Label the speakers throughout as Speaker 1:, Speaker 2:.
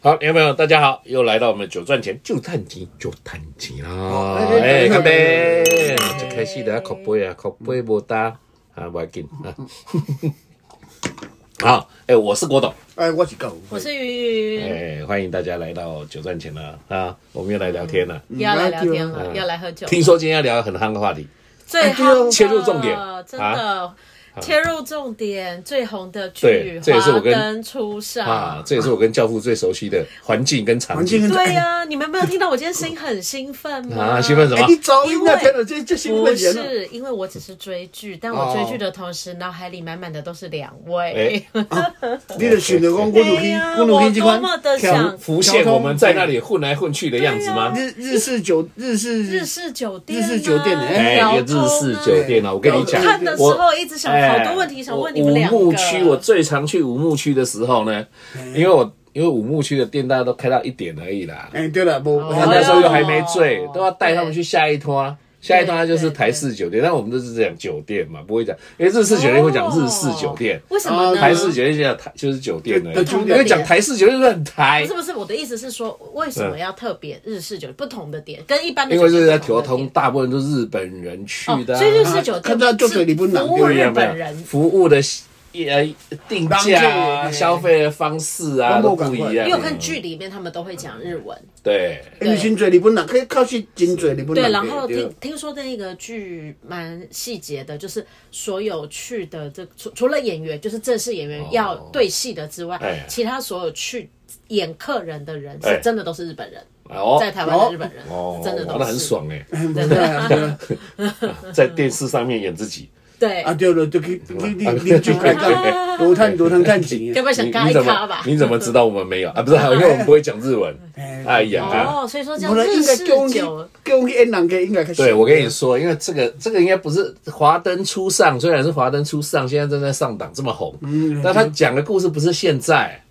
Speaker 1: 好，听众朋友，大家好，又来到我们酒赚钱就探钱就探钱啦！
Speaker 2: 哎
Speaker 1: 哎，
Speaker 2: 哎
Speaker 1: 干杯！
Speaker 2: 哎
Speaker 1: 最开始的啊，口杯啊，口杯无搭啊，不要紧啊。好，哎，我是郭董，
Speaker 2: 哎，我是狗，
Speaker 3: 我是鱼鱼，
Speaker 1: 哎，欢迎大家来到酒赚钱啦啊！我们又来聊天了。
Speaker 3: 又要来聊天
Speaker 1: 嗯
Speaker 3: 了，要来喝酒了。
Speaker 1: 听说今天要聊很夯的话题，
Speaker 3: 最红的
Speaker 1: 切入重点啊
Speaker 3: 真的切入重点，最红的
Speaker 1: 对
Speaker 3: 剧
Speaker 1: 这也是我
Speaker 3: 华
Speaker 1: 跟
Speaker 3: 灯初
Speaker 1: 啊
Speaker 3: 上，。
Speaker 1: 这也是我跟教父最熟悉的环境跟场
Speaker 2: 环境
Speaker 1: 景
Speaker 2: 跟
Speaker 3: 对呀，你们没有听到我今天声音很兴奋 吗？
Speaker 1: 啊，兴奋什
Speaker 2: 哎、
Speaker 1: 么
Speaker 2: 你？早应该听
Speaker 3: 因
Speaker 2: 了，这这兴
Speaker 3: 不
Speaker 2: 奋人了。
Speaker 3: 是，因为我只是追剧，但
Speaker 1: 哦
Speaker 3: 我追剧的同时，脑海里满满的都是两位。
Speaker 1: 哎
Speaker 2: 你就想着讲，我
Speaker 3: 哎
Speaker 2: 有去，
Speaker 3: 呀，
Speaker 2: 我有
Speaker 3: 我
Speaker 2: 去这
Speaker 3: 多
Speaker 2: 款
Speaker 3: 么的
Speaker 2: 跳
Speaker 3: 想
Speaker 2: 舞
Speaker 1: 浮现我们在那里混来混去的样子吗？
Speaker 2: 日日式酒日式
Speaker 3: 日式酒店啊，
Speaker 2: 日式酒店
Speaker 1: 哎，
Speaker 3: 辽
Speaker 1: 一个日
Speaker 3: 东
Speaker 1: 式
Speaker 3: 啊
Speaker 1: 酒店啊，我跟你讲，
Speaker 2: 对
Speaker 1: 我
Speaker 3: 看的时候一直想好多问题想问你们两
Speaker 1: 哎
Speaker 3: 个。
Speaker 1: 我五幕区，我最常去五幕区的时候呢，因为我因为五幕区的店大家都开到一点而已啦，
Speaker 2: 哎、对了，我、
Speaker 3: 哦
Speaker 1: 他那时候又还没醉
Speaker 3: 哦，
Speaker 1: 都要带他们去下一摊。下一摊就是台式酒店，但我们都是讲酒店嘛，不会讲，因为日式酒店会讲日式酒店，啊
Speaker 3: 为什么呢？
Speaker 2: 哦
Speaker 1: 台式酒店就讲台就是酒店而
Speaker 2: 就
Speaker 1: 已，
Speaker 2: 就
Speaker 1: 因为讲台式酒店就是很台
Speaker 3: 不是，不是，我的意思是说，为什么要特别日式酒店不同的点，跟一般的
Speaker 1: 因
Speaker 3: 酒
Speaker 1: 为
Speaker 3: 店
Speaker 1: 是在
Speaker 3: 不同
Speaker 1: 调
Speaker 3: 的
Speaker 1: 通，
Speaker 3: 点
Speaker 1: 大部分都是日本人去的啊，
Speaker 3: 哦所以日式酒
Speaker 2: 看到
Speaker 3: 店
Speaker 2: 就给你不能
Speaker 3: 服务
Speaker 2: 丢
Speaker 1: 没
Speaker 3: 日
Speaker 1: 有没有
Speaker 3: 本人，
Speaker 1: 服务的呃定
Speaker 2: 当
Speaker 1: 价啊、
Speaker 2: 然
Speaker 1: 消费的方式啊
Speaker 2: 当
Speaker 1: 都
Speaker 2: 然赶
Speaker 1: 不一
Speaker 2: 快
Speaker 1: 样。
Speaker 3: 因为我看剧里面他们都会讲日文，
Speaker 1: 对，
Speaker 2: 哎你真侪日本人，可以靠去真侪日本人
Speaker 3: 对，
Speaker 2: 去。
Speaker 3: 然后
Speaker 2: 对
Speaker 3: 听听说那个剧蛮细节的，就是所有去的这除除了演员，就是正式演员要对戏的之外
Speaker 1: 哦哎，
Speaker 3: 其他所有去演客人的人
Speaker 1: 哎
Speaker 3: 是真的都是日本人，
Speaker 1: 哦
Speaker 3: 在台湾的日本人
Speaker 1: 哦，
Speaker 3: 真的都
Speaker 1: 玩
Speaker 3: 是
Speaker 1: 的很，爽哎，
Speaker 3: 真
Speaker 2: 对
Speaker 3: 的
Speaker 2: 啊对啊，
Speaker 1: 在电视上面演自己，
Speaker 3: 对
Speaker 2: 啊，对了，就去你你你就开讲，多赚多赚赚钱
Speaker 3: 该。不会
Speaker 1: 你
Speaker 3: 想嘎
Speaker 1: 你
Speaker 3: 一
Speaker 1: 怎
Speaker 3: 咖
Speaker 1: 么
Speaker 3: 吧？
Speaker 1: 你怎么知道我们没有 啊？不是，因为我们不会讲日 文。哎呀，
Speaker 3: 哦，所以说叫
Speaker 2: 我们
Speaker 3: 日
Speaker 2: 应该
Speaker 3: 式
Speaker 2: 叫去
Speaker 3: 酒
Speaker 2: 叫去演人家应该较
Speaker 1: 对我跟你说，因为这个这个应该不是华灯初上，虽然是华灯初上，现在正在上档这么红，
Speaker 3: 嗯
Speaker 1: 但他讲的故事不是现在，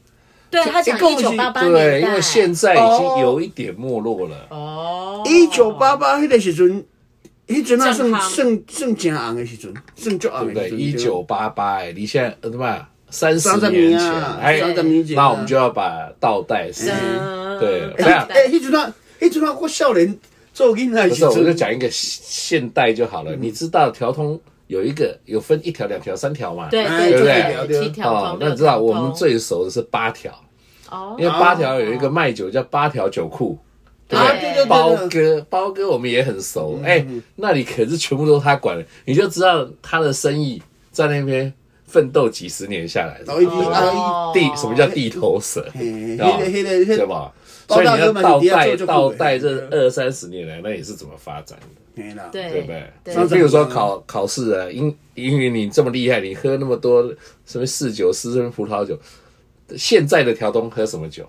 Speaker 3: 对他讲
Speaker 2: 一共
Speaker 3: 一九八八年代，
Speaker 1: 对，因为现在已经有一点没落了。
Speaker 3: 哦，
Speaker 2: 一九八八迄个时阵，迄阵啊
Speaker 3: 正
Speaker 2: 算
Speaker 3: 夯
Speaker 2: 算算真红的时阵，算足红的
Speaker 1: 对
Speaker 2: 时
Speaker 1: 不对？
Speaker 2: 阵。
Speaker 1: 一九八八，哎，离现在呃对吧？三十
Speaker 2: 三十
Speaker 1: 年
Speaker 2: 年
Speaker 1: 前
Speaker 2: 啊，，
Speaker 1: 哎，
Speaker 2: 三十年前啊。
Speaker 1: 那我们就要把倒带是，
Speaker 3: 嗯
Speaker 1: 对，
Speaker 3: 哎
Speaker 1: 这样
Speaker 3: 对
Speaker 2: 哎，迄阵啊，迄阵啊，我少年做囡仔
Speaker 1: 不
Speaker 2: 的
Speaker 1: 是，
Speaker 2: 时
Speaker 1: 我就
Speaker 2: 阵，
Speaker 1: 讲一个现代就好了。
Speaker 2: 嗯
Speaker 1: 你知道调通有一个有分一条、两条、三条嘛？
Speaker 3: 对
Speaker 2: 哎
Speaker 3: 对
Speaker 2: 对对
Speaker 3: 七条
Speaker 1: 哦
Speaker 3: 通，
Speaker 1: 那
Speaker 3: 六
Speaker 1: 你知道
Speaker 3: 条
Speaker 1: 我们
Speaker 3: 通
Speaker 1: 最熟的是八条，
Speaker 3: 哦
Speaker 1: 因为八条有一个卖酒叫八条酒库，
Speaker 3: 对
Speaker 2: 哦啊对嗯对对
Speaker 1: 包哥，包哥我们也很熟，哎、那里可是全部都是他管的，你就知道他的生意在那边奋斗几十年下来，
Speaker 2: 然后一
Speaker 1: 对吧
Speaker 3: 哦
Speaker 2: 啊
Speaker 1: 地什么叫地头蛇，
Speaker 2: 嘿
Speaker 1: 啊
Speaker 2: 嘿嘿嘿嘿
Speaker 1: 对吧？
Speaker 2: 包
Speaker 1: 所以
Speaker 2: 大
Speaker 1: 你要
Speaker 2: 哥嘛
Speaker 1: 倒
Speaker 2: 你要做
Speaker 1: 带
Speaker 2: 就不嗯
Speaker 1: 倒
Speaker 2: 对
Speaker 1: 带这二三十年来，那也是怎么发展的，
Speaker 2: 一，嘿啦，
Speaker 3: 对
Speaker 1: 对不对？
Speaker 3: 对
Speaker 1: 像比如说考考试啊，因因为你这么厉害，你喝那么多什么侍酒师、什么葡萄酒，现在的调东喝什么酒？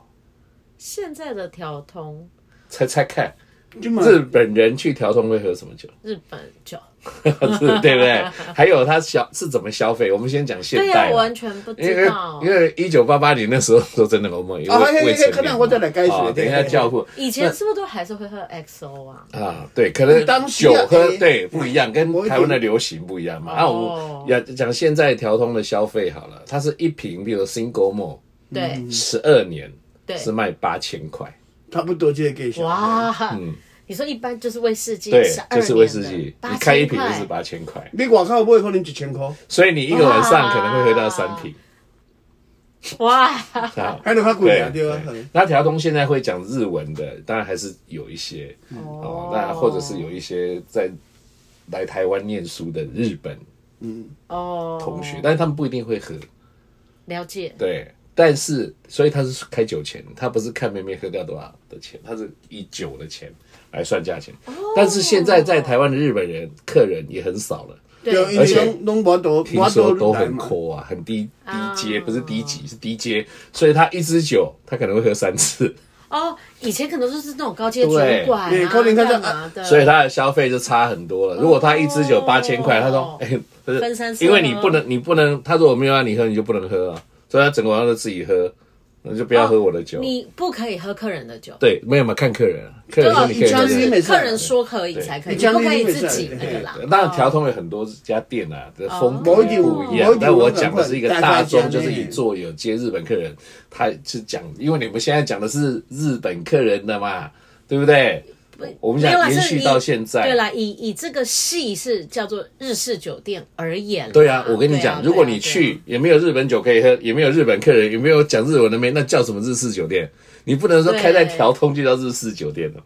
Speaker 3: 现在的条通
Speaker 1: 猜猜看，
Speaker 2: 就嘛
Speaker 1: 日本人去调通会喝什么 酒？
Speaker 3: 日本酒，
Speaker 1: 是对不对？还有他消是怎么消费？我们先讲现
Speaker 3: 对呀，
Speaker 1: 代
Speaker 3: 我
Speaker 1: 啦，
Speaker 3: 完全不
Speaker 1: 因
Speaker 3: 知
Speaker 1: 为
Speaker 3: 道
Speaker 1: 因。为一九八八年那时候说真的，我们有
Speaker 2: 啊嘿嘿
Speaker 1: 未成
Speaker 2: 嘿可
Speaker 1: 年
Speaker 2: 能
Speaker 1: 嘛，
Speaker 2: 我再来解释
Speaker 1: 哦等一下
Speaker 2: 嘿嘿
Speaker 1: 教父
Speaker 3: 以前是不是都还是会喝 XO 啊？
Speaker 1: 啊，对，可能
Speaker 2: 当时
Speaker 1: 酒
Speaker 2: 啊
Speaker 1: 喝
Speaker 2: 哎
Speaker 1: 对不一样，跟
Speaker 2: 我一点
Speaker 1: 台湾的流行不一样嘛。啊，我
Speaker 3: 哦
Speaker 1: 要讲现在调通的消费好了，它是一瓶，比如 single m
Speaker 3: 对
Speaker 1: o 十二年
Speaker 3: 对，
Speaker 1: 是卖八千块，
Speaker 2: 差不多这个价钱。
Speaker 3: 哇，你说一般就是威士忌，
Speaker 1: 啊嗯对
Speaker 3: 12，
Speaker 1: 就是威士忌
Speaker 3: 年，的
Speaker 1: 你开一瓶
Speaker 3: 8000
Speaker 1: 就是
Speaker 3: 块
Speaker 1: 八千块，
Speaker 2: 你外口买可能一千块，
Speaker 1: 所以你一个晚上可能会喝到三瓶
Speaker 3: 哇，
Speaker 1: 啊。
Speaker 2: 还得较贵啊，对啊。
Speaker 1: 那条东现在会讲日文的，当然还是有一些
Speaker 3: 嗯
Speaker 1: 哦，那或者是有一些在来台湾念书的日本
Speaker 3: 哦
Speaker 1: 同学，但是他们不一定会喝，
Speaker 3: 了解，
Speaker 1: 对。但是，所以他是开酒钱，他不是看妹妹喝掉多少的钱，他是以酒的钱来算价钱。但是现在在台湾的日本人客人也很少了，
Speaker 2: 对，啊
Speaker 3: 对
Speaker 2: 因为拢拢无多，
Speaker 1: 听
Speaker 2: 无
Speaker 1: 说
Speaker 2: 多
Speaker 1: 都
Speaker 2: 来
Speaker 1: 很
Speaker 2: 嘛。
Speaker 1: 抠啊，很低低阶，
Speaker 3: 哦
Speaker 1: 不是低级是低阶，所以他一支酒他可能会喝三次。
Speaker 3: 哦，以前可能就是那种高阶主
Speaker 1: 对
Speaker 3: 管
Speaker 2: 对
Speaker 3: 啊，
Speaker 2: 可能他就
Speaker 3: 干嘛的，
Speaker 1: 所以他的消费就差很多了。如果他一支酒八千块，他说，哎、不是
Speaker 3: 哦分三次
Speaker 1: 因为你
Speaker 3: 喝
Speaker 1: 不能，你不能，他如果没有让你喝，你就不能喝啊，所以他整个晚上都自己喝。那就不要喝我的酒。
Speaker 3: 哦你不可以喝客人的酒。
Speaker 1: 对，没有嘛，看客人啊，客人说你可以喝
Speaker 3: 就
Speaker 2: 对
Speaker 1: 这
Speaker 2: 你
Speaker 1: 个
Speaker 2: 专
Speaker 3: 是
Speaker 2: 门
Speaker 3: 客人说可以
Speaker 1: 对
Speaker 3: 才可以，
Speaker 2: 你
Speaker 3: 你
Speaker 2: 家
Speaker 3: 不
Speaker 2: 里
Speaker 3: 可以
Speaker 2: 没事
Speaker 3: 自己那个
Speaker 2: 对
Speaker 3: 啦。哦
Speaker 1: 当然，调通有很多家店啊，的风格
Speaker 2: 某一点
Speaker 1: 不一
Speaker 2: 某
Speaker 1: 样
Speaker 2: 一。点
Speaker 1: 但我讲的是一个大众，
Speaker 2: 大家讲
Speaker 1: 就
Speaker 2: 的
Speaker 1: 是你做有接日本客人，他是讲，因为你们现在讲的是日本客人的嘛，对不对？我们
Speaker 3: 没有啦
Speaker 1: 讲延
Speaker 3: 是
Speaker 1: 续
Speaker 3: 以
Speaker 1: 到现在，
Speaker 3: 对啦，以以这个系是叫做日式酒店而言啦。
Speaker 1: 对啊，我跟你讲，
Speaker 3: 对啊
Speaker 1: 如果
Speaker 3: 对啊
Speaker 1: 你去也没有日本酒可以喝，也没有日本客人，也没有讲日文的妹，那叫什么日式酒店？你不能说
Speaker 3: 对
Speaker 1: 开在条通就叫日式酒店了。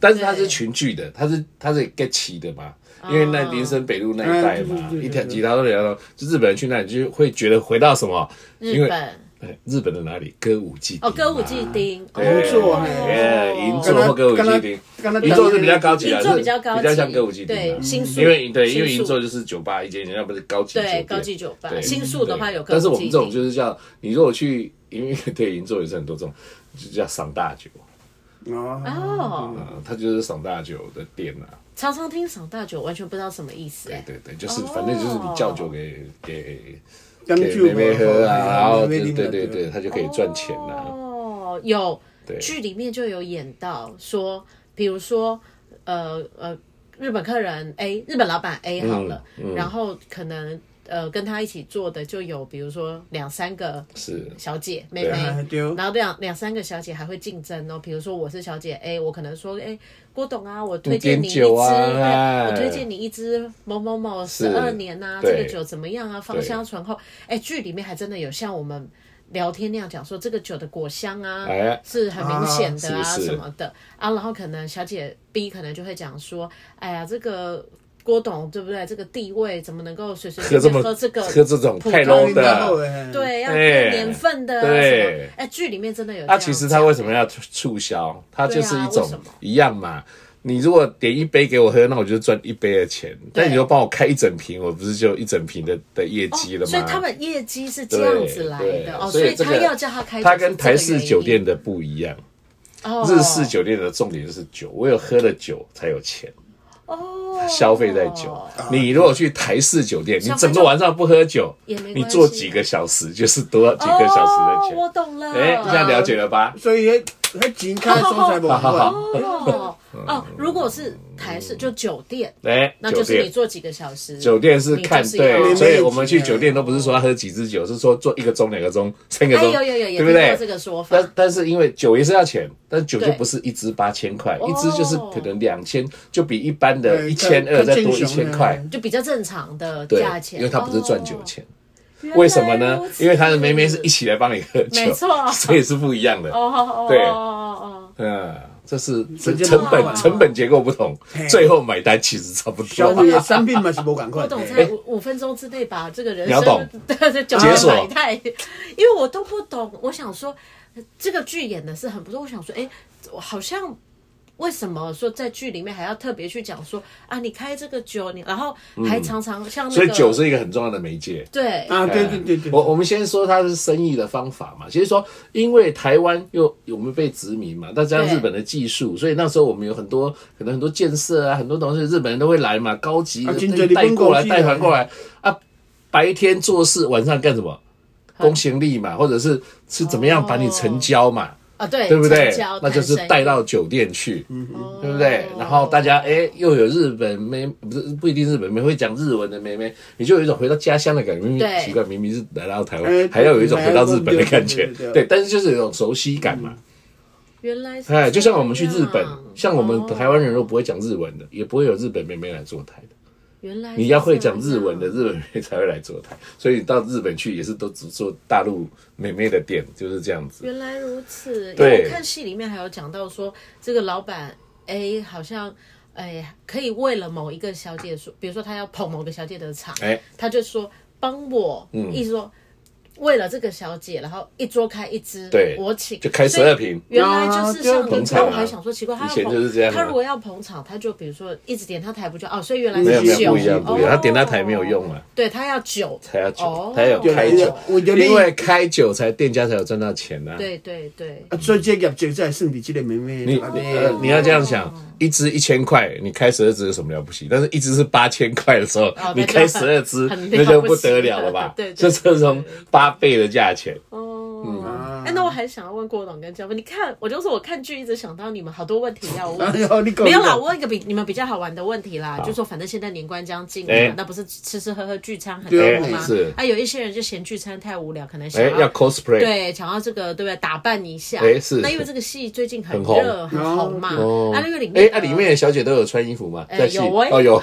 Speaker 1: 但是它是
Speaker 3: 对
Speaker 1: 群聚的，它是它是 get 齐的嘛，
Speaker 3: 哦
Speaker 1: 因为那林森北路那一带嘛
Speaker 2: 嗯，对对对对
Speaker 1: 一条几条都聊到，就日本人去那里就会觉得回到什么？因
Speaker 3: 啊日
Speaker 1: 为
Speaker 3: 本
Speaker 1: 哎日本的哪里歌舞伎町
Speaker 3: 哦，歌舞伎町，
Speaker 1: 嘛对
Speaker 2: 银座
Speaker 3: 哦
Speaker 1: 哎，银
Speaker 2: 刚
Speaker 1: 座
Speaker 2: 才
Speaker 1: 或歌舞伎町。
Speaker 2: 刚才
Speaker 1: 银座是比较高级啊的，
Speaker 3: 银座
Speaker 1: 是
Speaker 3: 比较高
Speaker 1: 比
Speaker 3: 级
Speaker 1: 较像歌舞伎町
Speaker 3: 对
Speaker 1: 嘛
Speaker 3: 新宿
Speaker 1: 因为对，因为
Speaker 3: 新宿
Speaker 1: 银座就是酒吧一间，人家不是高级酒
Speaker 3: 对
Speaker 1: 店
Speaker 3: 高级酒吧，
Speaker 1: 对
Speaker 3: 新宿的话有歌
Speaker 1: 但是我
Speaker 3: 舞伎
Speaker 1: 们这种
Speaker 3: 町，
Speaker 1: 就是叫你如果去，因为对银座也是很多这种， 就叫赏大酒
Speaker 2: 哦，
Speaker 3: 哦，
Speaker 1: 啊、它就是赏大酒的店啊。
Speaker 3: 常常听赏大酒，完全不知道什么意思
Speaker 1: 对
Speaker 3: 哎。
Speaker 1: 对对，就是、
Speaker 3: 哦
Speaker 1: 反正就是你叫酒给给
Speaker 2: 跟
Speaker 1: 给
Speaker 2: 住
Speaker 1: 妹妹喝
Speaker 2: 哦
Speaker 1: 啊，然后对对对对，
Speaker 2: 对，
Speaker 1: 他就可以赚钱呐、
Speaker 3: 哦，有
Speaker 1: 对
Speaker 3: 剧里面就有演到说，比如说，呃呃，日本客人 A，日本老板
Speaker 1: 嗯
Speaker 3: A 好了，然后可能呃跟他一起做的就有，比如说两三个
Speaker 1: 是
Speaker 3: 小姐妹
Speaker 1: 对啊
Speaker 3: 妹，
Speaker 2: 对哦
Speaker 3: 然后两两三个小姐还会竞争哦。比如说我是小姐 A，我可能说，哎，郭董啊，我推荐你一支，
Speaker 1: 点酒啊
Speaker 3: 哎
Speaker 1: 哎
Speaker 3: 我推荐你一支某某某
Speaker 1: 是
Speaker 3: 十二年啊，这
Speaker 1: 对
Speaker 3: 个酒怎么样啊？芳香醇厚。哎，剧里面还真的有像我们。聊天那样讲说，这个酒的果香啊，
Speaker 1: 哎
Speaker 3: 是很明显的啊
Speaker 1: 啊是是
Speaker 3: 什么的啊，然后可能小姐 B 可能就会讲说，哎呀，这个郭董对不对？这个地位怎么能够随随
Speaker 1: 喝
Speaker 3: 便
Speaker 1: 这
Speaker 3: 便
Speaker 1: 么
Speaker 3: 喝这个
Speaker 1: 喝这种
Speaker 3: 普
Speaker 1: 太
Speaker 3: 通
Speaker 1: low 的。啊
Speaker 2: 嗯
Speaker 3: 对，要
Speaker 1: 对
Speaker 3: 看年份的啊
Speaker 1: 对
Speaker 3: 什么。哎，剧里面真的有这
Speaker 1: 那、
Speaker 3: 样
Speaker 1: 啊
Speaker 3: 啊讲。
Speaker 1: 其实他为什么要促促销？他就是一
Speaker 3: 对啊啊
Speaker 1: 种
Speaker 3: 为什么
Speaker 1: 一样嘛。你如果点一杯给我喝，那我就赚一杯的钱。但你又帮我开一整瓶，我不是就一整瓶的的业绩了吗？
Speaker 3: 哦所以他们业绩是这样子来
Speaker 1: 对对
Speaker 3: 的哦，
Speaker 1: 所
Speaker 3: 所
Speaker 1: 以
Speaker 3: 以
Speaker 1: 这个
Speaker 3: 他要叫他开酒
Speaker 1: 它
Speaker 3: 是这个原
Speaker 1: 跟
Speaker 3: 因，
Speaker 1: 台式酒店的不一样，
Speaker 3: 哦
Speaker 1: 日式酒店的重点就是酒，我有喝了酒才有钱，
Speaker 3: 哦
Speaker 1: 消费在酒。你如果去台式酒店，你整个晚上不喝酒，
Speaker 3: 也没关系
Speaker 1: 你坐几个小时就是多几个小时的
Speaker 3: 哦我
Speaker 1: 钱。
Speaker 3: 懂了，
Speaker 1: 哎，这样了解了吧？
Speaker 2: 所以迄迄钱开收才无怪，
Speaker 3: 哦哦，如果是台式就酒店，
Speaker 1: 哎，
Speaker 3: 那
Speaker 1: 酒
Speaker 3: 就是你
Speaker 1: 店。
Speaker 3: 做几个小时，
Speaker 1: 酒店是看
Speaker 3: 你就是要
Speaker 1: 对，
Speaker 2: 要
Speaker 1: 所以我
Speaker 2: 面
Speaker 1: 们
Speaker 2: 积
Speaker 1: 去
Speaker 2: 啊
Speaker 1: 酒店都不是说要喝几支酒，是说做一个钟、两个钟、三个
Speaker 3: 哎
Speaker 1: 钟，
Speaker 3: 有有有
Speaker 1: 对
Speaker 3: 也听
Speaker 1: 不
Speaker 3: 过
Speaker 1: 对
Speaker 3: 这？个说法，
Speaker 1: 但但是因为酒也是要钱，但酒就
Speaker 3: 对
Speaker 1: 不是一支八千块，
Speaker 3: 哦
Speaker 1: 一支就是可能两千，就比一般的
Speaker 2: 对
Speaker 1: 一千二
Speaker 2: 看
Speaker 1: 再多
Speaker 2: 看
Speaker 1: 一
Speaker 2: 正常
Speaker 1: 千
Speaker 2: 的
Speaker 1: 块。
Speaker 3: 就比较正常的
Speaker 1: 对
Speaker 3: 价，钱，
Speaker 1: 因为他不是赚酒
Speaker 3: 哦，
Speaker 1: 钱，
Speaker 3: 原来
Speaker 1: 为什么呢
Speaker 3: 如？此
Speaker 1: 因为他的妹妹是一起来帮你喝酒，
Speaker 3: 没错
Speaker 1: 所以是不一样的。
Speaker 3: 哦哦哦
Speaker 1: 对
Speaker 3: 哦哦
Speaker 1: 嗯，这是这
Speaker 2: 直接
Speaker 1: 成
Speaker 2: 买
Speaker 1: 本
Speaker 2: 嘛
Speaker 1: 成本结构不同，
Speaker 2: 嘿
Speaker 1: 最后买单其实差不
Speaker 2: 消费
Speaker 1: 多。
Speaker 2: 的产品嘛是无共
Speaker 3: 郭
Speaker 2: 款。
Speaker 3: 董在五五分钟之内把这个人
Speaker 1: 哎秒懂
Speaker 3: 生 对九
Speaker 1: 解
Speaker 3: 十
Speaker 1: 锁
Speaker 3: 百态，因为我都不懂。我想说，呃这个剧演的是很不错。我想说，哎，我好像为什么说在剧里面还要特别去讲说啊，你开这个酒，你然后还常常像
Speaker 1: 嗯
Speaker 3: 那
Speaker 1: 所
Speaker 3: 个，
Speaker 1: 以酒是一个很重要的媒介。
Speaker 3: 对
Speaker 2: 啊，对对对对，
Speaker 1: 我我们先说它是生意的方法嘛，其实说因为台湾又我们被殖民嘛，再加上
Speaker 3: 对
Speaker 1: 日本的技术，所以那时候我们有很多可能很多建设啊，很多东西日本人都会来嘛，高级的
Speaker 2: 啊真多日
Speaker 1: 带
Speaker 2: 本
Speaker 1: 过来
Speaker 2: 公司啊
Speaker 1: 带团过来啊，白天做事，晚上干什么？公行力嘛，或者是是怎么样把你成交嘛，
Speaker 3: 啊，对
Speaker 1: 对不对
Speaker 3: 成交？
Speaker 1: 那就是
Speaker 3: 谈生意
Speaker 1: 带到酒店去，
Speaker 3: 哦
Speaker 1: 对不对？
Speaker 2: 嗯
Speaker 1: 然后大家哎、又有日本妹，不是不一定日本妹会讲日文的妹妹，你就有一种回到家乡的感觉。明明
Speaker 3: 对
Speaker 1: 奇怪，明明是来到台
Speaker 2: 哎
Speaker 1: 湾，还要有一种回到日本的感觉
Speaker 2: 对对对。对嗯
Speaker 1: 对，但是就是有一种熟悉感嘛。
Speaker 3: 原来是
Speaker 1: 哎，就像
Speaker 3: 这
Speaker 1: 我们去日本
Speaker 3: 样，
Speaker 1: 像我们
Speaker 3: 哦
Speaker 1: 台湾人如果不会讲日
Speaker 2: 哦
Speaker 1: 文的，也不会有日本妹妹来坐台的。
Speaker 3: 原
Speaker 2: 哎
Speaker 3: 来是
Speaker 1: 你要会讲
Speaker 3: 这样
Speaker 1: 日文的，
Speaker 2: 啊
Speaker 1: 日本妹妹才会来坐台。所以到日本去也是都只做大陆妹妹的店，就是这样
Speaker 2: 哦
Speaker 1: 子。
Speaker 3: 原来如此，因
Speaker 1: 对
Speaker 3: 为我看戏里面还有讲到说，这个老板 A 好像。哎，可以为了某一个小姐说，比如说他要捧某个小姐的场，
Speaker 1: 哎嗯
Speaker 3: 他就说帮我，意思说为了这个小姐，然后一桌开一支，
Speaker 1: 对
Speaker 3: 我请，
Speaker 1: 就开
Speaker 3: 所以
Speaker 1: 12瓶
Speaker 3: 原来就是
Speaker 2: 啊
Speaker 3: 像那
Speaker 1: 捧场啊
Speaker 3: 个，我还想说奇怪，他
Speaker 1: 以
Speaker 3: 要
Speaker 1: 前
Speaker 3: 捧
Speaker 1: 就是这样啊
Speaker 3: 他如果要捧场，他就比如说一直点他台不就哦，所以原来
Speaker 1: 没有没
Speaker 3: 是
Speaker 1: 有
Speaker 3: 酒，
Speaker 1: 不一样不一样，
Speaker 3: 哦
Speaker 1: 他点到台没有用啊。
Speaker 3: 对他要酒，
Speaker 1: 才要酒
Speaker 3: 哦，
Speaker 1: 他有开酒，
Speaker 2: 有有
Speaker 1: 因为开酒才店家才有赚到钱呐、啊。，
Speaker 3: 对对对，
Speaker 2: 啊，所以这业绩才算伫即个妹妹。
Speaker 1: 你你、呃、你要这样想，一支一千块，你开十二支有什么了不起？但是一支是八千块的时候，
Speaker 3: 哦
Speaker 1: 你开十二支
Speaker 3: 那就很
Speaker 1: 那就不得了了吧？
Speaker 3: 很了不起了对对
Speaker 1: 就这种八倍的价钱。
Speaker 3: 哦，
Speaker 2: 啊
Speaker 3: 哎，那我还想要问郭董跟江峰，你看，我就说我看剧一直想到你们好多问题要问。
Speaker 2: 哎呦，你搞
Speaker 3: 没有
Speaker 2: 不
Speaker 3: 啦，
Speaker 2: 懂
Speaker 3: 我问一个比你们比较好玩的问题啦，就说反正现在年关将近嘛
Speaker 1: 哎，
Speaker 3: 那不是吃吃喝喝聚餐很
Speaker 2: 对
Speaker 3: 多
Speaker 2: 啊
Speaker 3: 吗？
Speaker 1: 是
Speaker 3: 啊，有一些人就嫌聚餐太无聊，可能想
Speaker 1: 哎，要
Speaker 3: 要
Speaker 1: cosplay，，
Speaker 3: 对，想要这个对不对？打扮一下，
Speaker 1: 哎是
Speaker 3: 那因为这个戏最近很
Speaker 1: 很红
Speaker 3: 热很
Speaker 2: 哦
Speaker 3: 红嘛，
Speaker 1: 哦
Speaker 3: 啊，那个里面
Speaker 1: 哎，
Speaker 3: 的
Speaker 1: 啊，里面的小姐都有穿衣服吗？
Speaker 3: 哎
Speaker 1: 在戏
Speaker 3: 有哎
Speaker 1: 哦， 有，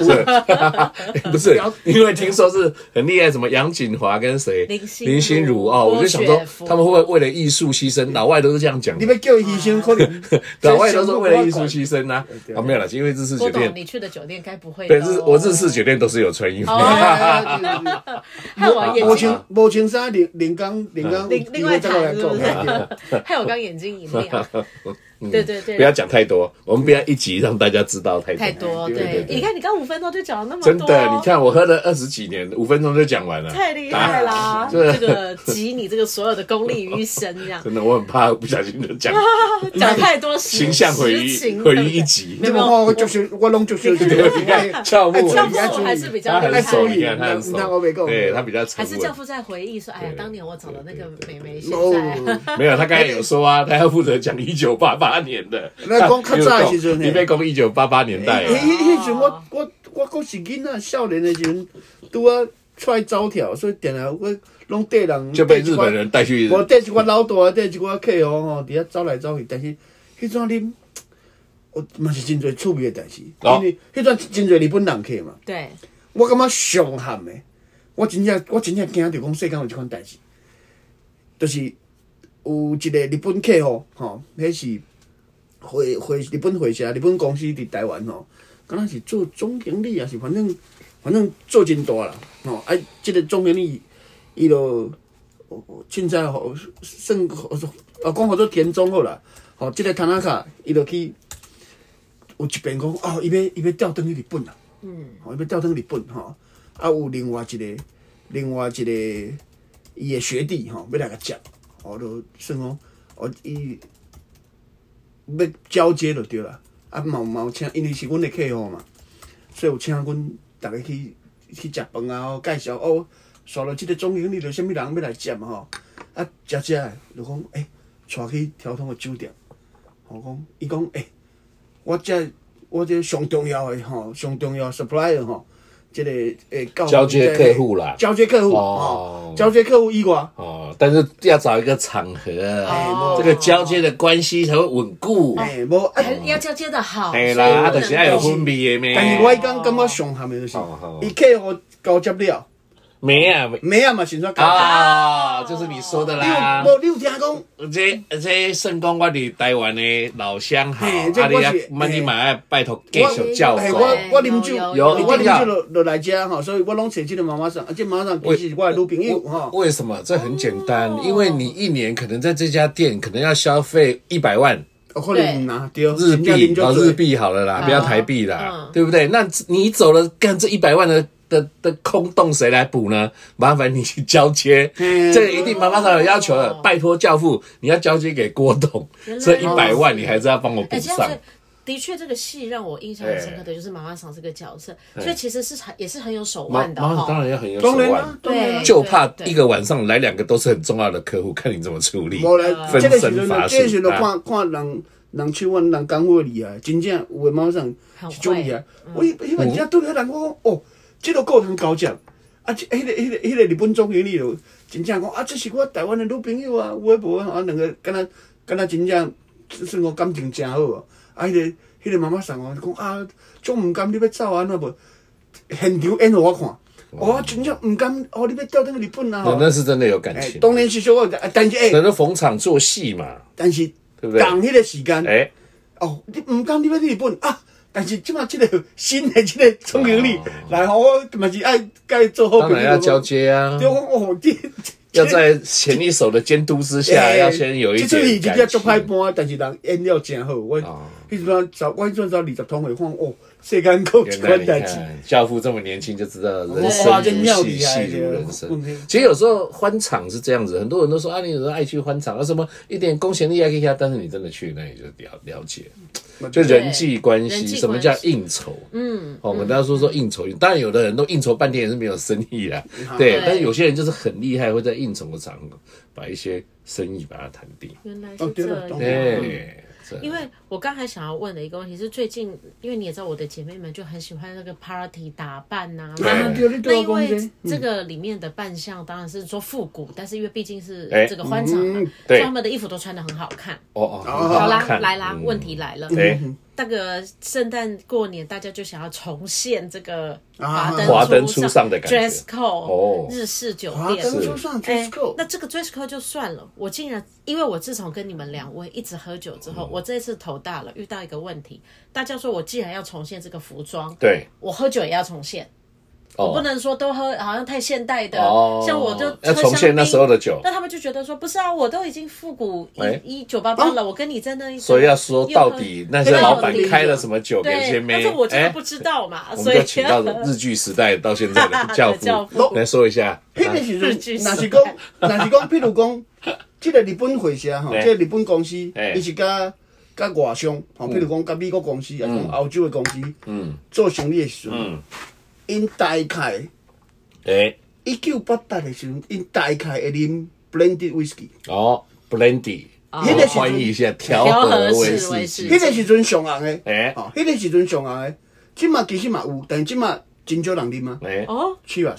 Speaker 1: 不是，因为听说是很厉害，什么杨锦华跟谁
Speaker 3: 林心如
Speaker 1: 林心如哦，我就想
Speaker 3: 郭
Speaker 1: 说
Speaker 3: 雪芙
Speaker 1: 他们会不会为了艺术牺牲？老外都是这样讲
Speaker 2: 你
Speaker 1: 的，
Speaker 2: 要叫医生可能
Speaker 1: 老外都是为了艺术牺牲呐。啊，没有了，因为日式酒
Speaker 3: 郭董，
Speaker 1: 店，
Speaker 3: 你去哦的酒店该不会
Speaker 1: 对
Speaker 3: 吧
Speaker 1: 日我日式酒店都是有穿衣服的。
Speaker 3: 哦
Speaker 2: 哎对对对
Speaker 3: 害我眼
Speaker 2: 无
Speaker 3: 睛
Speaker 2: 穿无穿衫，连连刚连刚，
Speaker 3: 另另外
Speaker 2: 再来
Speaker 3: 谈是
Speaker 2: 讲
Speaker 3: 不是，？害我刚眼睛 一亮。对对对，
Speaker 1: 不要讲太多，我们不要一集让大家知道太多。
Speaker 3: 太多。
Speaker 2: 对对
Speaker 3: 对，
Speaker 1: 对
Speaker 3: 你看你刚五分钟就讲了那么
Speaker 1: 真
Speaker 3: 多，
Speaker 1: 的，你看我喝了二十几年，五分钟就讲完了。
Speaker 3: 太厉害 啦！
Speaker 1: 这
Speaker 3: 这个集你这个所有的功力于一身，这样
Speaker 1: 真的，我很怕不小心就 讲
Speaker 3: 讲太多实
Speaker 1: 形象毁
Speaker 3: 实
Speaker 1: 于
Speaker 3: 情
Speaker 1: 毁于一集。
Speaker 2: 你么好，我就是我拢就是，
Speaker 1: 你看教父，
Speaker 3: 教
Speaker 2: 人家
Speaker 3: 父
Speaker 2: 注意
Speaker 3: 还是比较
Speaker 1: 他
Speaker 3: 厉
Speaker 1: 很熟，
Speaker 3: 害。
Speaker 1: 你看他很熟，
Speaker 2: 那我没讲
Speaker 1: 对他比较沉
Speaker 3: 还是教
Speaker 1: 稳。
Speaker 3: 父在回忆说：“哎呀
Speaker 1: 对，
Speaker 3: 当年我找的那个美眉，现在
Speaker 2: 哦，
Speaker 1: 没有，他刚才有说啊，他要负责讲一九八八年的。
Speaker 2: 那讲较早的时阵呢哎
Speaker 1: 你被讲一九八八年代
Speaker 2: 迄
Speaker 1: 啊，
Speaker 2: 迄时我我我阁是囡仔，少年的时阵，拄啊出来走跳，所以定定我拢缀人
Speaker 1: 就被日本，人带去。
Speaker 2: 我缀一寡老大，缀一寡客户吼，伫遐走来走去，但是迄阵你。我嘛是真侪趣味的代志，
Speaker 1: 哦
Speaker 2: 因为迄阵真侪日本人客嘛，
Speaker 3: 对，
Speaker 2: 我感觉上憾的，我真正我真正惊着讲世间有即款代志，就是有一个日本客户吼，迄是回回日本回社，日本公司伫台湾吼，敢若是做总经理也啊是反正反正做真大啦吼，啊，即、个总经理伊就凊彩吼算吼啊，讲好做田中好啦，吼、即、个摊仔卡伊就去有一边讲哦，伊要伊要调转去日本啦。啊吼、伊哦要调转日本吼、啊有另外一个另外一个伊的学弟吼、要来甲接，吼、就算讲哦伊要交接就对啦，啊嘛有嘛有请，因为是阮的客户嘛，所以有请阮逐个去去食饭啊，哦介绍哦，刷到即个总经理就啥物人要来接嘛吼、啊食食的就讲诶，带、去调通个酒店，吼讲伊讲诶。我这我这上重要的吼，上重要 supplier 吼，这个诶到
Speaker 1: 交接客户啦
Speaker 2: 交接客户
Speaker 1: 哦
Speaker 2: 吼，交接客户以外，
Speaker 1: 哦，但是要找一个场合，啊
Speaker 2: 哎
Speaker 3: 哦
Speaker 1: 这个交接的关系才会稳固。
Speaker 2: 诶，无啊，
Speaker 3: 还要交接的好，
Speaker 1: 哎
Speaker 3: 所以
Speaker 1: 啦，啊，
Speaker 3: 不
Speaker 1: 就是要有
Speaker 3: 能够
Speaker 1: 分别的咩？
Speaker 2: 但是我迄工感觉上含的就是
Speaker 1: 哦哦，
Speaker 2: 伊客户交接了，
Speaker 1: 没啊，没
Speaker 2: 妹啊嘛先算交接。
Speaker 1: 啊，就是你说的
Speaker 2: 你
Speaker 1: 啦。
Speaker 2: 有无你有听讲？
Speaker 1: 这这算讲我伫台湾的老乡好，
Speaker 2: 嘿
Speaker 1: 啊
Speaker 2: 这
Speaker 1: 你
Speaker 2: 我
Speaker 1: 啊
Speaker 2: 是，
Speaker 1: 嘛
Speaker 2: 嘿
Speaker 1: 你嘛要拜托继续照
Speaker 2: 嘿，
Speaker 1: 顾。
Speaker 2: 我我啉酒，
Speaker 3: 有
Speaker 1: 有
Speaker 2: 我
Speaker 1: 我
Speaker 2: 啉
Speaker 1: 知道
Speaker 2: 酒就就来遮吼，所以我拢找即个妈妈上，啊，即妈妈上其实是我的女朋友吼。哦
Speaker 1: 为什么？这很简单，因为你一年可能在这家店可能要消费一百万
Speaker 2: 有可能呐，对，
Speaker 1: 日
Speaker 2: 真正啉
Speaker 1: 币，
Speaker 2: 足
Speaker 1: 哦，
Speaker 2: 多
Speaker 1: 日币好了啦，不要台币啦
Speaker 3: 啊嗯，
Speaker 1: 对不对？那你走了，干这一百万的的的空洞谁来补呢？麻烦你去交接，
Speaker 2: 嗯
Speaker 1: 这个一定妈妈上有要求的
Speaker 3: 哦，
Speaker 1: 拜托教父，你要交接给郭董
Speaker 3: 原，来
Speaker 1: 这一百万你还是要帮我补
Speaker 3: 哎，这样
Speaker 1: 上
Speaker 3: 子。的确，这个戏让我印象很深刻的就是妈妈桑这个角色，所以其实是很也是很有手
Speaker 1: 妈
Speaker 3: 腕的哦
Speaker 1: 妈
Speaker 3: 哈。
Speaker 1: 当然要很有手
Speaker 2: 当然
Speaker 1: 腕
Speaker 2: 啦，，当然啦
Speaker 3: 对
Speaker 1: 就怕一个晚上来两个都是很重要的客户，看你怎么处理。
Speaker 2: 无
Speaker 3: 啊
Speaker 2: 来，
Speaker 1: 分
Speaker 2: 这个时
Speaker 1: 身
Speaker 2: 阵
Speaker 1: 乏，
Speaker 2: 这个
Speaker 1: 术
Speaker 2: 时阵
Speaker 1: 啊
Speaker 2: 看看人人手腕、人功夫厉害，啊真正有的猫上
Speaker 3: 很
Speaker 2: 是种
Speaker 3: 会
Speaker 2: 厉害。我一
Speaker 1: 嗯
Speaker 2: 一般真正对迄人我讲，哦，这个够通交接。啊，这迄个迄个迄个日本总经理就真正讲啊，这是我台湾的女朋友啊，有诶无诶，啊两个敢若敢若真正算讲感情诚好啊。啊，迄个迄个妈妈上我讲啊，总毋甘你要走啊，那无现场演互我看，我真正毋甘，哦，你要调转去日本啊。
Speaker 1: 那
Speaker 2: 吼
Speaker 1: 那是真的有感
Speaker 2: 哎
Speaker 1: 情，，
Speaker 2: 当然是小可，啊但是诶。
Speaker 1: 人都逢场作戏嘛，
Speaker 2: 但是
Speaker 1: 对不对
Speaker 2: 同迄个时间，
Speaker 1: 哎，
Speaker 2: 哦，你毋讲你要去日本啊，但是即马即个新的即个总经理
Speaker 1: 哦，
Speaker 2: 然后我嘛是爱甲伊做好
Speaker 1: 当
Speaker 2: 朋友，
Speaker 1: 然要交接啊
Speaker 2: 对，，我讲哦，你
Speaker 1: 要在前一手的监督之
Speaker 2: 哎
Speaker 1: 下，要先有一
Speaker 2: 即出戏
Speaker 1: 点
Speaker 2: 真正
Speaker 1: 感情。
Speaker 2: 足歹搬，但是人演了真好，我
Speaker 1: 哦
Speaker 2: 迄阵走，我迄阵走二十趟会看哦，世间够一
Speaker 1: 原来
Speaker 2: 款
Speaker 1: 你
Speaker 2: 代志，
Speaker 1: 看教父这么年轻就知道人
Speaker 2: 哇
Speaker 1: 生
Speaker 2: 真
Speaker 1: 如
Speaker 2: 妙啊
Speaker 1: 戏，
Speaker 2: 厉害
Speaker 1: 戏如人生
Speaker 2: 嗯。
Speaker 1: 其实有时候欢场是这样子，很多人都说啊，你有时候爱去欢场啊，什么一点公权力啊也可以下，但是你真的去，那你就了了解。就人际关
Speaker 3: 对
Speaker 1: 系
Speaker 3: 人，际
Speaker 1: 什么
Speaker 3: 关
Speaker 1: 叫
Speaker 3: 系
Speaker 1: 应酬？嗯，哦，我们大家说说应酬，当然有的人都应酬
Speaker 2: 嗯
Speaker 1: 半天也是没有生意啦，对
Speaker 3: 对。
Speaker 1: 但是有些人就是很厉害，会在应酬的场合把一些生意把它谈定。
Speaker 3: 原来
Speaker 2: 哦
Speaker 3: 是
Speaker 2: 对了
Speaker 3: 这
Speaker 2: 懂了
Speaker 3: 样。
Speaker 1: 对，这
Speaker 3: 因为我刚才想要问的一个问题是，最近因为你也知道，我的姐妹们就很喜欢那个 party 打扮呐、
Speaker 1: 对
Speaker 3: 那
Speaker 2: 啊对你
Speaker 3: 那
Speaker 2: 对我
Speaker 3: 因
Speaker 2: 讲
Speaker 3: 为
Speaker 2: 这
Speaker 3: 这个里面的扮相当然是说复古，但是因为毕竟是
Speaker 1: 哎
Speaker 3: 这个欢场嘛，
Speaker 2: 嗯
Speaker 3: 所
Speaker 1: 对
Speaker 3: 以他们的衣服都穿的很好嗯看。
Speaker 1: 哦哦，很
Speaker 2: 好
Speaker 3: 好啦，
Speaker 1: 看
Speaker 3: 来啦，
Speaker 1: 嗯
Speaker 3: 问题来了。
Speaker 1: 哎，
Speaker 3: 那个圣诞过年，大家就想要重现这个
Speaker 2: 啊
Speaker 1: 华灯
Speaker 3: 初
Speaker 1: 初上的感觉
Speaker 3: dress code，
Speaker 1: 哦
Speaker 3: 日式酒
Speaker 2: 华
Speaker 3: 店。
Speaker 2: 灯初上
Speaker 3: 哎
Speaker 2: dress code，
Speaker 3: 那这个 dress code 就算了，我竟然因为我自从跟你们两位一直喝酒之
Speaker 1: 嗯
Speaker 3: 后，我这次头大了，遇到一个问题，大家说我既然要重现这个服装，
Speaker 1: 对，
Speaker 3: 我喝酒也要重现，
Speaker 1: 哦，
Speaker 3: 不能说都喝好像太现代的，
Speaker 1: 哦
Speaker 3: 像我就
Speaker 1: 要
Speaker 3: 喝
Speaker 1: 重现
Speaker 3: 香
Speaker 1: 那
Speaker 3: 槟
Speaker 1: 时候的酒
Speaker 3: 那他们就觉得说不是啊，我都已经复古
Speaker 1: 哎
Speaker 3: 一一九八八了，我跟你在那一
Speaker 1: 所以要说到底那些老板开了什么酒给那些
Speaker 3: 对，但
Speaker 1: 妹
Speaker 3: 是我，真的
Speaker 1: 哎
Speaker 3: 不，知道嘛，
Speaker 1: 我
Speaker 3: 所
Speaker 1: 们
Speaker 3: 以
Speaker 1: 就请到 日剧时代到现在的教
Speaker 3: 教
Speaker 1: 父
Speaker 3: 父
Speaker 1: 来说一下，
Speaker 2: 迄
Speaker 1: 啊
Speaker 2: 个时阵
Speaker 3: 日剧，时代
Speaker 2: 若是讲，若是讲，譬如讲，即个日本会社吼，
Speaker 1: 嘿
Speaker 2: 即个日本公司，
Speaker 1: 嘿
Speaker 2: 伊是甲甲外商吼，譬如讲甲美国公司，也是讲欧洲的公司
Speaker 1: 嗯
Speaker 2: 做生意的时阵，
Speaker 1: 嗯，
Speaker 2: 因大概
Speaker 1: 哎，
Speaker 2: 一九八八的时阵，因大概会啉 blended whisky。
Speaker 1: 哦，Blendy，
Speaker 3: 哦
Speaker 1: 我翻译一下调和威士忌
Speaker 3: 调和式威士忌
Speaker 2: 迄个时阵上红的，
Speaker 1: 哎
Speaker 2: 吼，迄个时阵上红的，即嘛其实嘛有，但即嘛真少人啉啊。
Speaker 1: 哎。
Speaker 3: 哦
Speaker 2: Cheers！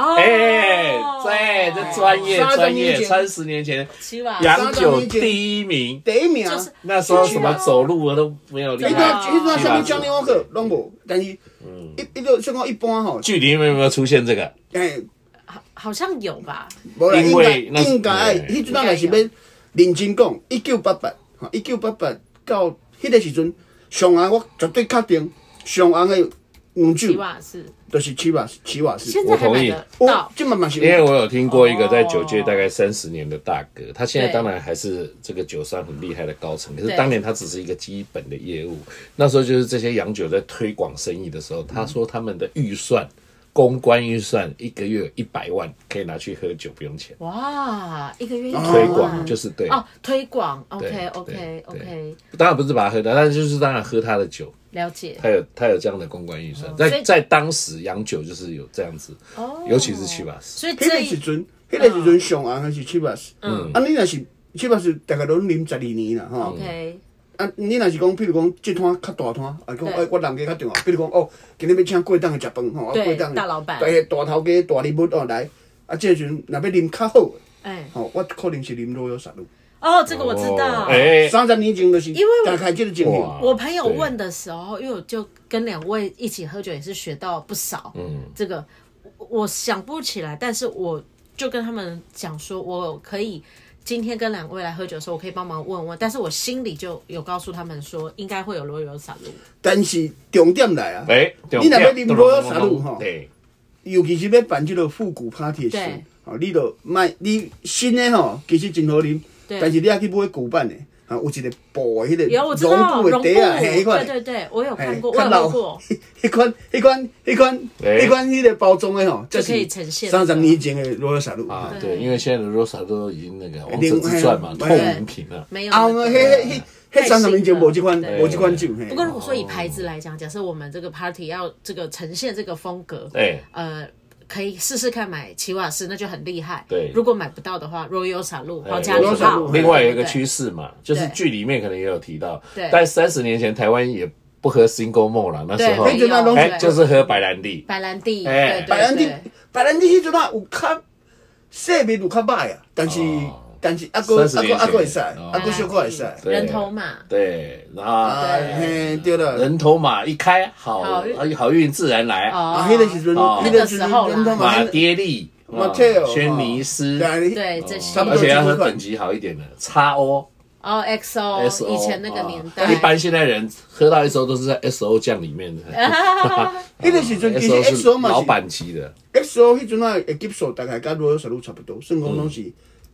Speaker 3: 哦，
Speaker 1: 哎、对，这专业
Speaker 2: 三十
Speaker 1: 专
Speaker 2: 年
Speaker 1: 业，
Speaker 2: 前
Speaker 1: 三十年前
Speaker 3: 是吧
Speaker 1: 洋酒第一名，
Speaker 2: 第一名，
Speaker 3: 就是
Speaker 1: 那时候什么走路我都没有厉
Speaker 2: 伊
Speaker 3: 对
Speaker 2: 个
Speaker 3: 啊
Speaker 1: 害。
Speaker 2: 伊个啥物
Speaker 1: 是吧
Speaker 2: 奖励我去拢无，但是伊伊个像讲一般吼，
Speaker 1: 剧里面有没有出现这个？
Speaker 2: 哎，
Speaker 3: 好好像有吧？
Speaker 2: 无啦，
Speaker 1: 因
Speaker 2: 应该
Speaker 1: 为那是
Speaker 2: 应该，
Speaker 1: 对
Speaker 2: 迄阵仔若是要认真讲，一九八八，吼，一九八八到迄个时阵，上岸我绝对确定，上岸的黄酒
Speaker 3: 吉瓦是，
Speaker 1: 嗯
Speaker 2: 就是奇瓦斯，奇瓦斯。
Speaker 3: 现在还买得
Speaker 2: 我
Speaker 3: 到
Speaker 2: 即嘛嘛是
Speaker 1: 因为
Speaker 2: 有，
Speaker 1: 我有听过一
Speaker 3: 哦
Speaker 1: 个在酒界大概三十年的大哥，他现在当然还是这个酒商很厉害的高层，可是
Speaker 3: 对
Speaker 1: 当年他只是一个基本的业务。那时候就是这些洋酒在推广生意的时候，
Speaker 3: 嗯
Speaker 1: 他说他们的预算，公关预算一个月一百万可以拿去喝酒，不用钱。
Speaker 3: 哇，一个月一百万
Speaker 1: 推广就是对，
Speaker 3: 哦，推广
Speaker 1: 对
Speaker 3: ，OK OK
Speaker 1: 对
Speaker 3: OK，
Speaker 1: 当然不是把它喝掉，但是就是当然喝他的酒，
Speaker 3: 了解。
Speaker 1: 他有他有这样的公关预算，
Speaker 3: 哦所
Speaker 1: 在
Speaker 3: 以哦
Speaker 1: 在当时洋酒就是有这样子，尤其是七把斯，
Speaker 3: 所以
Speaker 2: 迄
Speaker 3: 这嗯
Speaker 2: 个时阵，迄个时阵上岸还是奇瓦斯，
Speaker 1: 嗯
Speaker 2: 啊，你若是奇瓦斯，大概拢啉十二年啦，吼。
Speaker 3: OK
Speaker 2: 啊，你若是讲，譬如讲，即摊较大摊，啊，讲
Speaker 3: 对
Speaker 2: 哎，我人家较重要，比如讲，哦，今日要请过档的食饭吼，啊，
Speaker 3: 对
Speaker 2: 过档的
Speaker 3: 大老板
Speaker 2: 大大头家、大礼物哦来，啊，即个时阵若要啉较好的，
Speaker 3: 哎
Speaker 2: 吼，哦我可能是啉罗柚沙露。
Speaker 3: 哦，这个我知道。
Speaker 1: 哎，
Speaker 2: 三十年前就是
Speaker 3: 因为我
Speaker 2: 大概即个情
Speaker 1: 哇
Speaker 2: 形，
Speaker 3: 我朋友问的时候，因为我就跟两位一起喝酒，也是学到不少。嗯，这个我我想不起来，但是我就跟他们讲说，我可以今天跟两位来喝酒的时候，我可以帮忙问问，但是我心里就有告诉他们说，应该会有罗油散露。
Speaker 2: 但是重点来 啊，
Speaker 1: 哎，对
Speaker 2: 你若要啉罗柚沙露吼，
Speaker 1: 对，
Speaker 2: 尤其是要办即个复古 party 的时
Speaker 3: 对
Speaker 2: 阵，吼，你著卖你新的吼，其实真好啉，
Speaker 3: 对
Speaker 2: 但是你还去买旧版的，啊，有一个布的迄
Speaker 3: 有我
Speaker 2: 个
Speaker 3: 知道
Speaker 2: 布
Speaker 3: 绒
Speaker 2: 的
Speaker 3: 布，
Speaker 2: 袋啊，嘿，迄款
Speaker 3: 对
Speaker 2: 的。
Speaker 3: 对对，我有看
Speaker 2: 哎
Speaker 3: 过，我
Speaker 2: 较
Speaker 3: 有
Speaker 2: 老
Speaker 3: 喝 过。
Speaker 2: 迄款、迄款、迄款、
Speaker 1: 欸
Speaker 2: 迄款，迄个包装的吼，这
Speaker 3: 就可以
Speaker 2: 是
Speaker 3: 呈现
Speaker 2: 三十年前的罗尔沙露。
Speaker 1: 啊
Speaker 2: 啊，
Speaker 1: 对，因为现在的罗莎都已
Speaker 3: 哎
Speaker 1: 经那个王
Speaker 2: 另
Speaker 1: 者
Speaker 2: 外
Speaker 1: 之传嘛，
Speaker 2: 对
Speaker 1: 透明瓶了，
Speaker 3: 没有
Speaker 2: 啊，
Speaker 3: 那
Speaker 2: 迄
Speaker 3: 个。
Speaker 2: 迄迄三十年前无即款、
Speaker 3: 对
Speaker 2: 无即款酒。嘿
Speaker 3: 不过如果说以牌子来讲，假设我们这个 party 要这个呈现这个风格，
Speaker 1: 哎，
Speaker 3: 呃，可以试试看买奇瓦斯，那就很厉害。
Speaker 1: 对
Speaker 3: 如果买不到的话，Royal 傻露好
Speaker 1: 哎
Speaker 3: 加礼
Speaker 2: 罗莎
Speaker 3: 号
Speaker 2: 路。
Speaker 1: 另外有一
Speaker 3: 对
Speaker 1: 个
Speaker 3: 不对
Speaker 1: 趋势嘛，就是
Speaker 3: 对
Speaker 1: 剧里面可能也有提到
Speaker 3: 对，
Speaker 1: 但三十年前台湾也不喝 single m o 啊了，那时候
Speaker 3: 对，
Speaker 2: 那时候
Speaker 3: 没有
Speaker 1: 哎，
Speaker 3: 对
Speaker 1: 就是喝白兰地，
Speaker 3: 白兰地，
Speaker 1: 哎
Speaker 3: 对对
Speaker 2: 白兰地
Speaker 3: 对，
Speaker 2: 白兰地迄阵啊有较细面有较歹啊，但是
Speaker 1: 哦
Speaker 2: 但是啊个啊
Speaker 1: 30
Speaker 2: 个
Speaker 1: 年
Speaker 2: 啊
Speaker 1: 前
Speaker 2: 个会使，
Speaker 1: 哦
Speaker 2: 啊个小可会使。
Speaker 1: 对
Speaker 3: 人头马，
Speaker 1: 对，然
Speaker 2: 啊
Speaker 1: 后
Speaker 3: 对哦
Speaker 2: 嘿，对了，
Speaker 1: 人头马一开，好
Speaker 3: 好运
Speaker 1: 好运自然来，
Speaker 3: 哦
Speaker 2: 啊，迄个时阵，
Speaker 1: 哦
Speaker 2: 迄个时阵
Speaker 3: 那个时候啦
Speaker 2: 人头马
Speaker 1: 马
Speaker 2: 迄个
Speaker 1: 爹利、
Speaker 2: 马蒂尔哦
Speaker 1: 啊轩尼诗，
Speaker 2: 对
Speaker 3: 对这些
Speaker 2: 差不多
Speaker 1: 而且要喝
Speaker 2: 这款
Speaker 1: 等级好一点的，叉 O、
Speaker 3: 哦，XO，
Speaker 1: SO。
Speaker 3: 以前那个年代
Speaker 1: 啊，一般现在人喝到 SO 都是在 SO 酱里 面的。
Speaker 3: 哎
Speaker 2: 迄个时阵其实
Speaker 1: SO 是
Speaker 2: XO 嘛
Speaker 1: 老
Speaker 2: 是
Speaker 1: 板级的，
Speaker 2: XO 迄阵啊，诶，级数大概甲罗小路差不多，算讲拢
Speaker 1: 嗯
Speaker 2: 是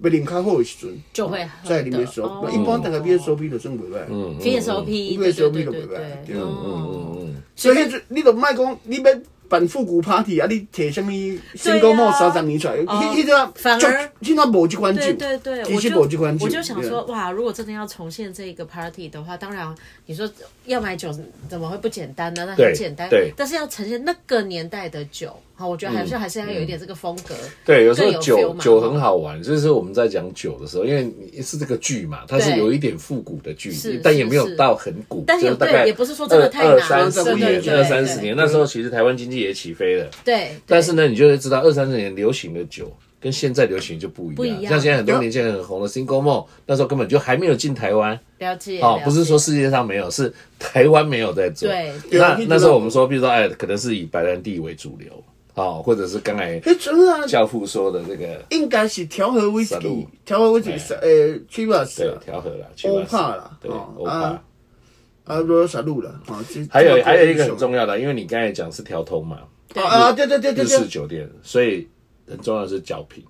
Speaker 2: 要啉较好的时阵，
Speaker 3: 就会喝
Speaker 2: 在里面收。
Speaker 3: 哦
Speaker 2: 一般大概 VSOP 就算袂歹，
Speaker 1: 嗯
Speaker 3: VSOP，对对
Speaker 2: VSOP
Speaker 3: 对
Speaker 2: 就
Speaker 3: 对
Speaker 2: 袂歹
Speaker 3: 对，
Speaker 2: 对
Speaker 3: 哦，
Speaker 2: 所以迄阵你著莫讲，你要办复古 party 啊，你摕什么新高帽三十年出来，迄迄阵啊
Speaker 3: 哦反而
Speaker 2: 就现在无即款酒，
Speaker 3: 对对对，
Speaker 2: 其
Speaker 3: 我
Speaker 2: 实
Speaker 3: 就
Speaker 2: 无即款酒，
Speaker 3: 我就想
Speaker 2: 对
Speaker 3: 说，哇，如果真的要重现这个 party 的话，当然你说要买酒怎么会不简单呢？那很
Speaker 1: 对
Speaker 3: 简单，
Speaker 1: 对嗯
Speaker 3: 但是要呈现那个年代的酒，好，我觉得还是、还是要有一点这个风格。
Speaker 1: 对，有时候
Speaker 3: 更有
Speaker 1: 酒
Speaker 3: feel 嘛
Speaker 1: 酒很好玩，就是我们在讲酒的时候，因为你是这个剧嘛，它是
Speaker 3: 对
Speaker 1: 有一点复古的剧
Speaker 3: 是，
Speaker 1: 但也没有
Speaker 3: 是
Speaker 1: 到很古，
Speaker 3: 但也
Speaker 1: 就是大
Speaker 3: 对
Speaker 1: 概
Speaker 3: 也不是说真的
Speaker 1: 二
Speaker 3: 太
Speaker 1: 二
Speaker 3: 难
Speaker 1: 三
Speaker 2: 对
Speaker 1: 十
Speaker 2: 对
Speaker 1: 年、
Speaker 2: 对
Speaker 1: 二三十
Speaker 3: 对
Speaker 1: 年，那时候其实台湾经济也起飞了，
Speaker 3: 对，
Speaker 1: 但是呢，你就会知道二三十年流行的酒跟现在流行就不一
Speaker 3: 不一样
Speaker 1: 像现在很多年轻人很红的 Single Mom，那时候根本就还没有进台湾。
Speaker 3: 对了解
Speaker 1: 哦
Speaker 3: 了，解
Speaker 1: 不是说世界上没有，是台湾没有在做。
Speaker 3: 对
Speaker 1: 那
Speaker 2: 对
Speaker 1: 那时候我们说，比如说，哎，可能是以白兰地为主流，哦，或者是刚才
Speaker 2: 迄阵啊，
Speaker 1: 教父说的那个，
Speaker 2: 应该是调和威士
Speaker 1: 三五
Speaker 2: 忌，调和威士
Speaker 1: 哎
Speaker 2: 忌是诶 t r i v a s
Speaker 1: 对
Speaker 2: 啊，
Speaker 1: 调和了，
Speaker 2: 欧
Speaker 1: 去
Speaker 2: 帕啦，
Speaker 1: 对，
Speaker 2: 哦
Speaker 1: 欧帕
Speaker 2: 啊。啊罗萨路啦，啊，这
Speaker 1: 还
Speaker 2: 这
Speaker 1: 有
Speaker 2: 都
Speaker 1: 还有一个
Speaker 2: 英
Speaker 1: 很
Speaker 2: 雄
Speaker 1: 重要的，因为你刚才讲是调通嘛，
Speaker 2: 啊，啊对对对对
Speaker 1: 日式
Speaker 2: 对，
Speaker 1: 酒店，所以很重要的是脚品，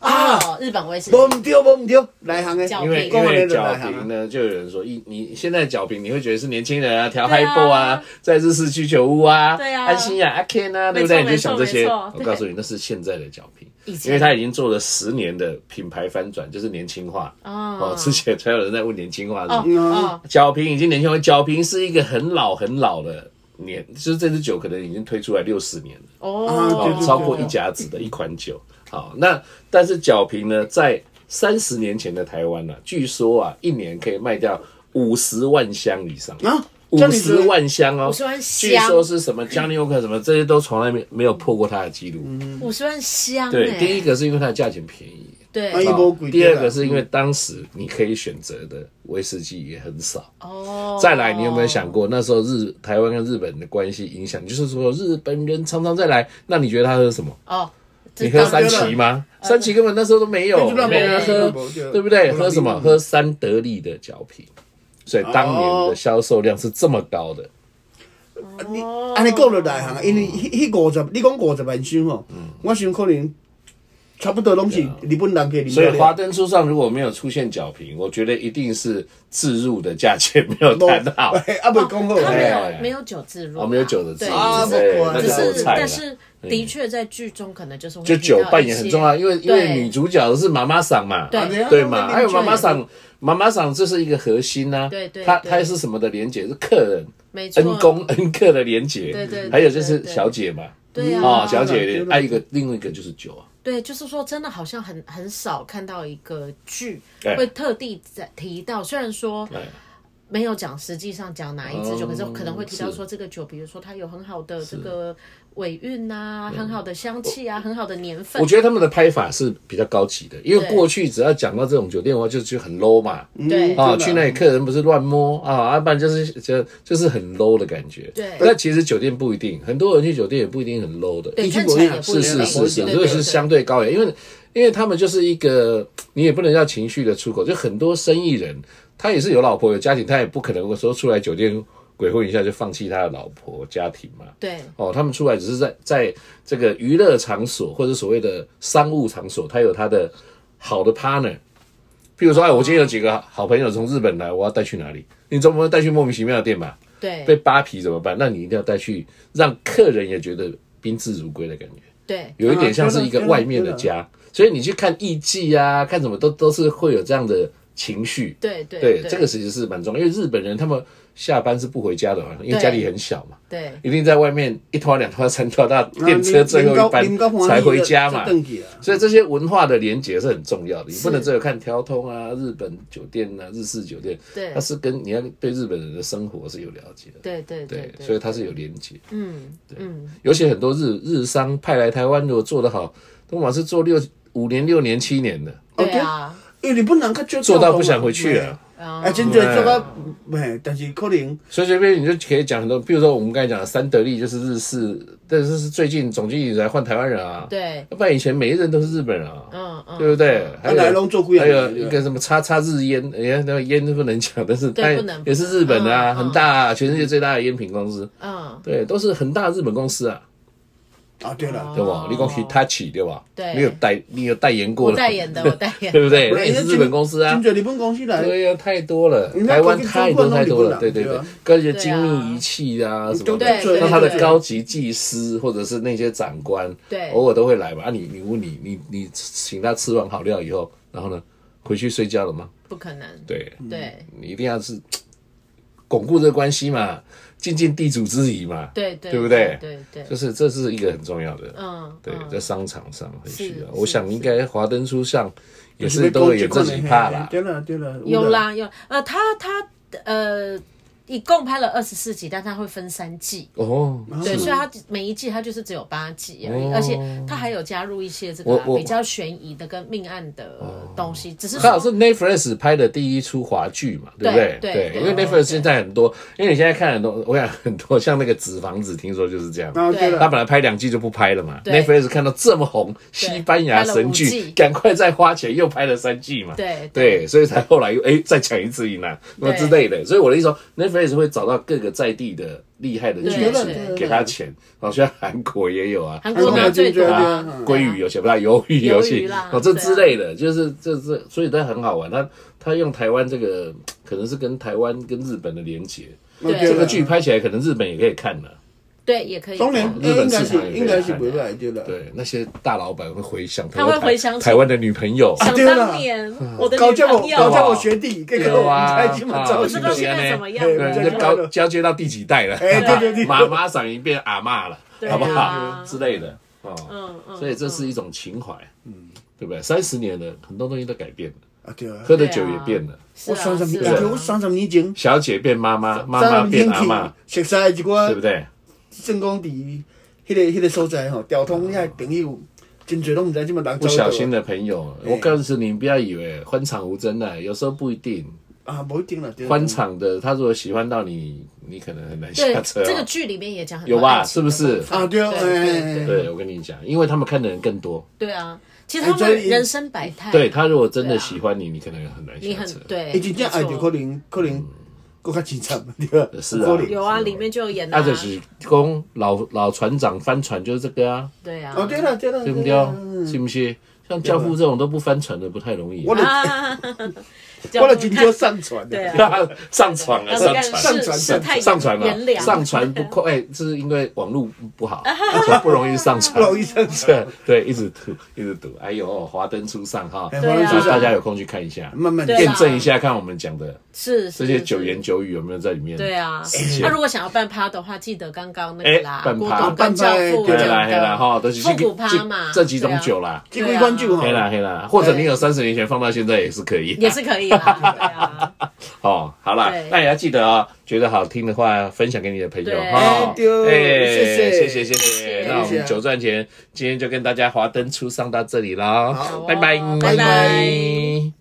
Speaker 1: 啊
Speaker 3: 哦，日本我也是，
Speaker 2: 无唔对无唔对，内行的，
Speaker 3: 脚
Speaker 1: 因为因
Speaker 3: 品
Speaker 2: 讲的
Speaker 1: 为
Speaker 2: 那种
Speaker 1: 脚
Speaker 2: 内行
Speaker 1: 瓶
Speaker 2: 啊，
Speaker 1: 呢，就有人说一你现在脚瓶你会觉得是年轻人啊，调
Speaker 3: 对啊
Speaker 1: high ball 啊，在日式居酒屋啊，
Speaker 3: 对啊
Speaker 1: 安心呀、阿 Ken 啊，对
Speaker 3: 没错
Speaker 1: 不对？你就想这些，
Speaker 3: 没错没错
Speaker 1: 我告诉你，那是现在的脚瓶
Speaker 3: 以，前
Speaker 1: 因为他已经做了十年的品牌翻转，就是年轻化
Speaker 3: 哦
Speaker 1: 哦，之前才有人在问年轻化是
Speaker 3: 哦
Speaker 1: 什么，
Speaker 3: 哦，
Speaker 1: 脚瓶已经年轻化，脚瓶是一个很老很老的年，就是这支酒可能已经推出来六十年了。
Speaker 2: 啊对
Speaker 3: 哦
Speaker 1: 哦，，超过一甲子的一款酒。好，那但是角瓶呢，在三十年前的台湾呢、据说啊，一年可以卖掉五十万箱以上。
Speaker 2: 啊，这
Speaker 1: 五
Speaker 2: 样子
Speaker 1: 十万箱哦，
Speaker 3: 50万箱
Speaker 1: 据说是什么 Johnny Walker 什么，这些都从来没没有破过它的记录。
Speaker 3: 五十万香
Speaker 1: 对，
Speaker 3: 哎，
Speaker 1: 第一个是因为它的价钱便宜，
Speaker 2: 哎
Speaker 3: 对
Speaker 2: 呦
Speaker 1: 哦
Speaker 2: 没贵
Speaker 1: 第二
Speaker 2: 对
Speaker 1: 个
Speaker 2: 啦
Speaker 1: 是因为当时你可以选择的威士忌也很少。
Speaker 3: 哦，
Speaker 1: 再来，你有没有想过那时候日台湾跟日本的关系影响？就是说日本人常常再来，那你觉得他喝什么？
Speaker 3: 哦？
Speaker 1: 你喝
Speaker 3: 知道
Speaker 1: 三旗吗？三旗根本那时候都没有，
Speaker 2: 对
Speaker 1: 没人喝
Speaker 2: 对对，
Speaker 1: 对不对？
Speaker 2: 对
Speaker 1: 喝什么？喝三得利的酒瓶，所以当年的销售量是这么高的。
Speaker 2: 啊你安尼讲就内行，
Speaker 1: 嗯
Speaker 2: 因为迄迄五十，你讲五十万箱哦，我想可能差不多拢是日本人给你
Speaker 1: 啊所以华灯初上如果没有出现酒瓶，我觉得一定是置入的价钱没有谈好。
Speaker 2: 啊，未讲好
Speaker 3: 哦他没
Speaker 2: 嘿
Speaker 1: 哎
Speaker 3: 有没有酒自入啊，
Speaker 1: 哦没有酒的自入
Speaker 3: 对
Speaker 2: 啊
Speaker 3: 只是
Speaker 2: 不管
Speaker 1: 那
Speaker 3: 只
Speaker 1: 就
Speaker 3: 只
Speaker 1: 是
Speaker 3: 是，
Speaker 1: 菜了嗯
Speaker 3: 但是的确在剧中可能就是会
Speaker 1: 就
Speaker 3: 提到
Speaker 1: 酒扮演
Speaker 3: 一
Speaker 1: 很
Speaker 3: 些
Speaker 1: 重要，因为因为
Speaker 3: 对
Speaker 1: 女主角是妈妈桑嘛，
Speaker 3: 对
Speaker 1: 对嘛，还有妈妈
Speaker 3: 上，
Speaker 1: 桑，妈妈桑这是一个核心呐、
Speaker 3: 对对
Speaker 1: 她
Speaker 3: 对
Speaker 1: 她是什么的连结？是客人
Speaker 3: 没错，
Speaker 1: 恩公 恩客的连结，
Speaker 3: 对对对
Speaker 1: 还有就是
Speaker 3: 对对
Speaker 1: 小姐嘛，
Speaker 3: 对啊，
Speaker 1: 哦，小
Speaker 2: 对
Speaker 1: 姐
Speaker 2: 对，对
Speaker 1: 还有一个另外一个就是酒啊，
Speaker 3: 对，就是说，真的好像很很少看到一个剧
Speaker 1: 对
Speaker 3: 会特地在提到，虽然说
Speaker 1: 哎，
Speaker 3: 没有讲实际上讲哪一支酒，
Speaker 1: 哦
Speaker 3: 可是可能会提到
Speaker 1: 是
Speaker 3: 说这个酒，比如说它有很好的这个尾韵呐、很好的香气啊，很好的年
Speaker 1: 嗯
Speaker 3: 份
Speaker 1: 我。觉得他们的拍法是比较高级的，因为
Speaker 3: 对
Speaker 1: 过去只要讲到这种酒店的话，就就很 low 嘛，
Speaker 3: 对
Speaker 1: 啊，
Speaker 2: 真的
Speaker 1: 去那里客人不是乱摸啊，要不然就是就就是很 low 的感觉。
Speaker 3: 对
Speaker 1: 那其实酒店不一定，很多人去酒店也不一定很 low 的。
Speaker 3: 对，
Speaker 2: 一句
Speaker 3: 看
Speaker 2: 不
Speaker 3: 起来
Speaker 2: 一样
Speaker 3: 也不
Speaker 1: 是
Speaker 3: 一
Speaker 1: 是是
Speaker 3: 样对
Speaker 1: 是，
Speaker 3: 对
Speaker 1: 所以
Speaker 3: 对
Speaker 1: 是相对高雅，因为因为他们就是一个，你也不能叫情绪的出口，就很多生意人，他也是有老婆有家庭，他也不可能说出来酒店鬼混一下就放弃他的老婆家庭嘛。
Speaker 3: 对
Speaker 1: 哦，他们出来只是在在这个娱乐场所或者所谓的商务场所，他有他的好的 partner。譬如说，哎，我今天有几个好朋友从日本来，我要带去哪里？你总不能带去莫名其妙的店吧？
Speaker 3: 对
Speaker 1: 被
Speaker 3: 对
Speaker 1: 扒皮怎么办？那你一定要带去，让客人也觉得宾至如归的感觉。
Speaker 3: 对
Speaker 1: 有一点像是一个
Speaker 3: 哦
Speaker 1: 外面的家，所以你去看艺伎啊，看什么都都是会有这样的情绪。
Speaker 3: 对对
Speaker 1: 对，这个其实是蛮重要，因为日本人他们下班是不回家的嘛，因为
Speaker 3: 对
Speaker 1: 家里很小嘛，
Speaker 3: 对
Speaker 1: 一定在外面一拖两拖三拖到电
Speaker 2: 啊
Speaker 1: 车最后
Speaker 3: 啊
Speaker 1: 一班才回家嘛。所以这些文化的连结是很重要的，你不能只有看调通啊、日本酒店啊、日式酒店，
Speaker 3: 对
Speaker 1: 它是跟你要对日本人的生活是有了解的，
Speaker 3: 对对对
Speaker 1: 所
Speaker 3: 对，
Speaker 1: 以它是有连结。
Speaker 3: 嗯嗯，
Speaker 1: 尤其很多日日商派来台湾，如果做得好，东马是做六五年、六年、七年的，
Speaker 3: 对
Speaker 1: 哦
Speaker 3: 啊，
Speaker 2: 因为日本人较少
Speaker 1: 做到不想回去嗯了。
Speaker 3: 啊
Speaker 1: 哎
Speaker 2: 啊，真侪做到，嘿，但是可能
Speaker 1: 所以这边你就可以讲很多，比如说我们刚才讲的三得利就是日式，但是是最近总经理来换台湾人啊，，
Speaker 3: 对，
Speaker 1: 要不然以前每一人都是日本人啊，
Speaker 3: 嗯嗯，
Speaker 1: 对不对？还
Speaker 2: 来拢
Speaker 1: 有
Speaker 2: 做几啊
Speaker 1: 还有
Speaker 2: 年
Speaker 1: 一个什么叉叉日烟，哎呀，那个烟都不能讲，但是它
Speaker 3: 对不能
Speaker 1: 也是日本的啊，
Speaker 3: 嗯嗯
Speaker 1: 很大啊，全世界最大的烟品公司，
Speaker 3: 嗯，
Speaker 1: 对，都是很大的日本公司啊，
Speaker 2: 啊，对啦，
Speaker 1: 对吧？你讲 Hitachi 对吧？
Speaker 3: 哦对
Speaker 1: 你有代你有代言过
Speaker 3: 我
Speaker 1: 的，
Speaker 3: 代言的，我代言的
Speaker 1: 对不对？那也哎是日本公司啊
Speaker 2: 真。侪日本公司来，
Speaker 1: 对呀、太多了
Speaker 2: 人，家
Speaker 1: 台湾
Speaker 2: 国际
Speaker 1: 太
Speaker 2: 中
Speaker 1: 多
Speaker 2: 国
Speaker 1: 太多
Speaker 2: 弄
Speaker 1: 了，
Speaker 2: 日
Speaker 1: 对
Speaker 2: 本
Speaker 1: 对
Speaker 2: 对
Speaker 1: 对
Speaker 2: 啊，
Speaker 1: 跟一些
Speaker 3: 对啊
Speaker 1: 精密仪器啊什么
Speaker 2: 都
Speaker 1: 的
Speaker 3: 对，对
Speaker 1: 那他的
Speaker 3: 对
Speaker 1: 高级技师或者是那些长官，
Speaker 3: 对
Speaker 1: 偶尔都会来嘛。啊，你你问你你你请他吃完好料以后，然后呢，回去睡觉了吗？
Speaker 3: 不可能，
Speaker 1: 对，
Speaker 3: 对
Speaker 1: 你一定要是巩固这个关系嘛，尽尽地主之谊嘛，
Speaker 3: 对对
Speaker 1: 对不对？
Speaker 3: 对对对
Speaker 1: 就是这是一个很重要的，
Speaker 3: 嗯
Speaker 1: 对
Speaker 3: 嗯，
Speaker 1: 在商场上很需
Speaker 3: 是
Speaker 1: 要。我想
Speaker 3: 是
Speaker 1: 应该华灯初上也
Speaker 2: 要
Speaker 1: 是
Speaker 2: 讲
Speaker 1: 都
Speaker 2: 这
Speaker 1: 有这
Speaker 2: 款的
Speaker 1: 几
Speaker 2: 嘿
Speaker 1: 怕啦，
Speaker 2: 对了对了，
Speaker 3: 有
Speaker 2: 啦。
Speaker 3: 啦有，呃，他他呃，一共拍了二十四集，但他会分三季。
Speaker 1: 哦，
Speaker 3: 对，
Speaker 1: 是
Speaker 3: 所以它每一季它就是只有八集而已，
Speaker 1: 哦
Speaker 3: 而且它还有加入一些这个、啊
Speaker 1: 我我
Speaker 3: 比较悬疑的跟命案的东西，只是
Speaker 1: 刚好
Speaker 3: 说
Speaker 1: 啊是 Netflix 拍的第一出华剧嘛，对不对？
Speaker 3: 对对对
Speaker 1: 因为
Speaker 3: 对
Speaker 1: Netflix 现在很多，因为你现在看很多，我想很多像那个《纸房子》，听说就是这样。
Speaker 2: 啊，对
Speaker 3: 对
Speaker 1: 他
Speaker 2: 了，
Speaker 1: 本来拍两季就不拍了嘛
Speaker 3: 嗯对
Speaker 1: ，Netflix 看到这么红，西班牙神
Speaker 3: 拍了五
Speaker 1: 剧
Speaker 3: 季，
Speaker 1: 赶快再花钱又拍了三季嘛。
Speaker 3: 对
Speaker 1: 对，所以才后来又哎再抢一次银啊，那么之类的。所以我的意思说，Netflix 会找到各个在地的厉害的剧
Speaker 3: 对
Speaker 1: 子
Speaker 3: 对对，对
Speaker 1: 给他钱。然后现在韩国也有啊，
Speaker 3: 韩国
Speaker 1: 对
Speaker 3: 拿
Speaker 1: 不对
Speaker 3: 最多
Speaker 2: 对
Speaker 3: 啊
Speaker 2: 啊，
Speaker 1: 鲑鱼游戏不大，鱿鱼游
Speaker 3: 鱿
Speaker 1: 戏
Speaker 3: 鱼啦
Speaker 1: 哦，这
Speaker 3: 对啊
Speaker 1: 之类的，就是这这，所以它很好玩。它它用台湾这个，可能是跟台湾跟日本的连结，
Speaker 2: 我
Speaker 3: 对啊
Speaker 1: 这
Speaker 2: 觉
Speaker 1: 个
Speaker 2: 得
Speaker 1: 剧拍起来可能日本也可以看了。
Speaker 3: 对也可以。
Speaker 2: 当然
Speaker 1: 啊日
Speaker 2: 哎
Speaker 1: 本
Speaker 2: 应该
Speaker 1: 市场也
Speaker 2: 是
Speaker 1: 可以
Speaker 2: 应该是
Speaker 1: 看
Speaker 2: 不赖对了。
Speaker 1: 对，那些大老板会回想，
Speaker 3: 他会回想起
Speaker 1: 台湾的女朋友，
Speaker 3: 想
Speaker 2: 对啦
Speaker 3: 当年
Speaker 1: 啊
Speaker 3: 我的
Speaker 2: 高
Speaker 3: 女
Speaker 2: 叫我
Speaker 3: 朋
Speaker 2: 高
Speaker 3: 友，
Speaker 2: 叫我学弟，这个
Speaker 1: 对
Speaker 2: 我
Speaker 1: 啊
Speaker 2: 开心嘛，
Speaker 1: 啊
Speaker 2: 着
Speaker 3: 不
Speaker 2: 急
Speaker 3: 知
Speaker 1: 是
Speaker 3: 道
Speaker 1: 的
Speaker 3: 现在怎么样
Speaker 2: 对
Speaker 1: 对，
Speaker 2: 对
Speaker 1: 这
Speaker 2: 对
Speaker 1: 高交接到第几代了？
Speaker 2: 哎对对 对
Speaker 1: 妈妈嗓音变阿嬷了，
Speaker 3: 对啊
Speaker 1: 好不好？之类的哦，
Speaker 3: 嗯嗯
Speaker 1: 所以这是一种情怀，嗯，对不对？三十年了，很多东西都改变了，
Speaker 2: 啊，对啊。
Speaker 1: 喝的酒也变了，
Speaker 3: 是
Speaker 2: 我
Speaker 3: 啊
Speaker 2: 三十
Speaker 3: 是
Speaker 2: 年，哎我
Speaker 3: 啊，
Speaker 2: 三十年前，
Speaker 1: 小姐变妈妈，妈妈
Speaker 2: 三十
Speaker 1: 变
Speaker 2: 年
Speaker 1: 阿嬷
Speaker 2: 前，熟悉
Speaker 1: 对
Speaker 2: 一
Speaker 1: 不
Speaker 2: 寡
Speaker 1: 对？
Speaker 2: 正讲伫迄个迄个所在吼，调
Speaker 3: 哦
Speaker 2: 通遐朋友真侪拢毋知即么人
Speaker 1: 不
Speaker 2: 走去
Speaker 1: 小心
Speaker 2: 倒啊
Speaker 1: 的朋友，
Speaker 3: 哎
Speaker 1: 我告诉你，不要以为欢场无真爱，有时候不一定。
Speaker 2: 啊，无一定啦，对
Speaker 3: 嗯
Speaker 2: 啦。
Speaker 1: 欢场的，他如果喜欢到你，你可能很难
Speaker 3: 对
Speaker 1: 下车哦。
Speaker 3: 这个剧里面也讲很多
Speaker 1: 有吧
Speaker 3: 爱情
Speaker 1: 是不是
Speaker 3: 的部分
Speaker 2: 啊，对啊，
Speaker 3: 对对
Speaker 2: 哎，哎哎
Speaker 1: 对，我跟你讲，因为他们看的人更多，
Speaker 3: 对啊，其实他
Speaker 2: 哎所
Speaker 3: 们
Speaker 2: 以
Speaker 3: 人生百态，
Speaker 1: 对啊他如果真的
Speaker 3: 对啊
Speaker 1: 喜欢你，你可能很难
Speaker 3: 你
Speaker 1: 下
Speaker 3: 很
Speaker 1: 车。
Speaker 3: 对，
Speaker 2: 伊真正爱
Speaker 3: 没
Speaker 2: 着
Speaker 3: 错
Speaker 2: 哎可
Speaker 3: 嗯
Speaker 2: 能可能更较凄惨， 对啊，
Speaker 1: 是啊
Speaker 2: 有可能
Speaker 3: 有啊，里面就有演
Speaker 1: 那
Speaker 3: 啊，
Speaker 1: 就是讲老老船长翻船就是这个啊，
Speaker 3: 对啊，
Speaker 2: 哦，对了对了，
Speaker 1: 对不对
Speaker 2: 对啦？嗯？
Speaker 1: 是不是？像教父这种都不翻船的不太容易。
Speaker 2: 我的
Speaker 3: 啊，
Speaker 1: 哦
Speaker 2: 我的真少上传
Speaker 3: 对
Speaker 2: 的，
Speaker 3: 啊。
Speaker 1: 上船啊，
Speaker 3: 呃
Speaker 1: 上船。
Speaker 2: 上传
Speaker 3: 世态
Speaker 1: 上传
Speaker 3: 炎
Speaker 1: 了，
Speaker 3: 凉，
Speaker 1: 上传不快，哎，这是因为网络不 好，所以不容易上
Speaker 2: 不
Speaker 1: 传。
Speaker 2: 容易上传。
Speaker 1: 对对，一直读一直读，哎呦，华灯初上哈，
Speaker 2: 哎
Speaker 3: 对啊
Speaker 1: 所以大家有空去看一下，
Speaker 2: 慢慢
Speaker 3: 对
Speaker 1: 验
Speaker 3: 啊
Speaker 1: 证一下，看我们讲的
Speaker 3: 是
Speaker 1: 这
Speaker 3: 是
Speaker 1: 些
Speaker 3: 是
Speaker 1: 九言九语有没有在里面。
Speaker 3: 对啊，
Speaker 2: 哎
Speaker 3: 他、如果想要办趴的话，记得刚刚那个啦，
Speaker 1: 哎办
Speaker 3: 郭
Speaker 1: 趴
Speaker 3: 董跟教父
Speaker 1: 嘿
Speaker 2: 对
Speaker 3: 讲
Speaker 2: 啊
Speaker 1: 啦嘿啦
Speaker 3: 的，
Speaker 1: 哈，都是
Speaker 3: 复古趴嘛
Speaker 1: 这几种酒啦，
Speaker 2: 这几款酒吼
Speaker 1: 嘿，啦嘿啦，或者你有三十年前放到现在也是可以。
Speaker 3: 也是可以啦，对啊，
Speaker 1: 哦，好啦
Speaker 3: 对，
Speaker 1: 那也要记得哦，觉得好听的话分享给你的朋友
Speaker 3: 对
Speaker 1: 哈。哎
Speaker 2: 对谢谢
Speaker 1: 谢谢谢谢
Speaker 3: 谢谢。
Speaker 1: 那我
Speaker 2: 谢谢啊
Speaker 1: 们酒赚钱今天就跟大家华灯初上到这里啦
Speaker 2: 好，
Speaker 1: 拜拜
Speaker 2: 拜
Speaker 3: 拜
Speaker 1: 拜。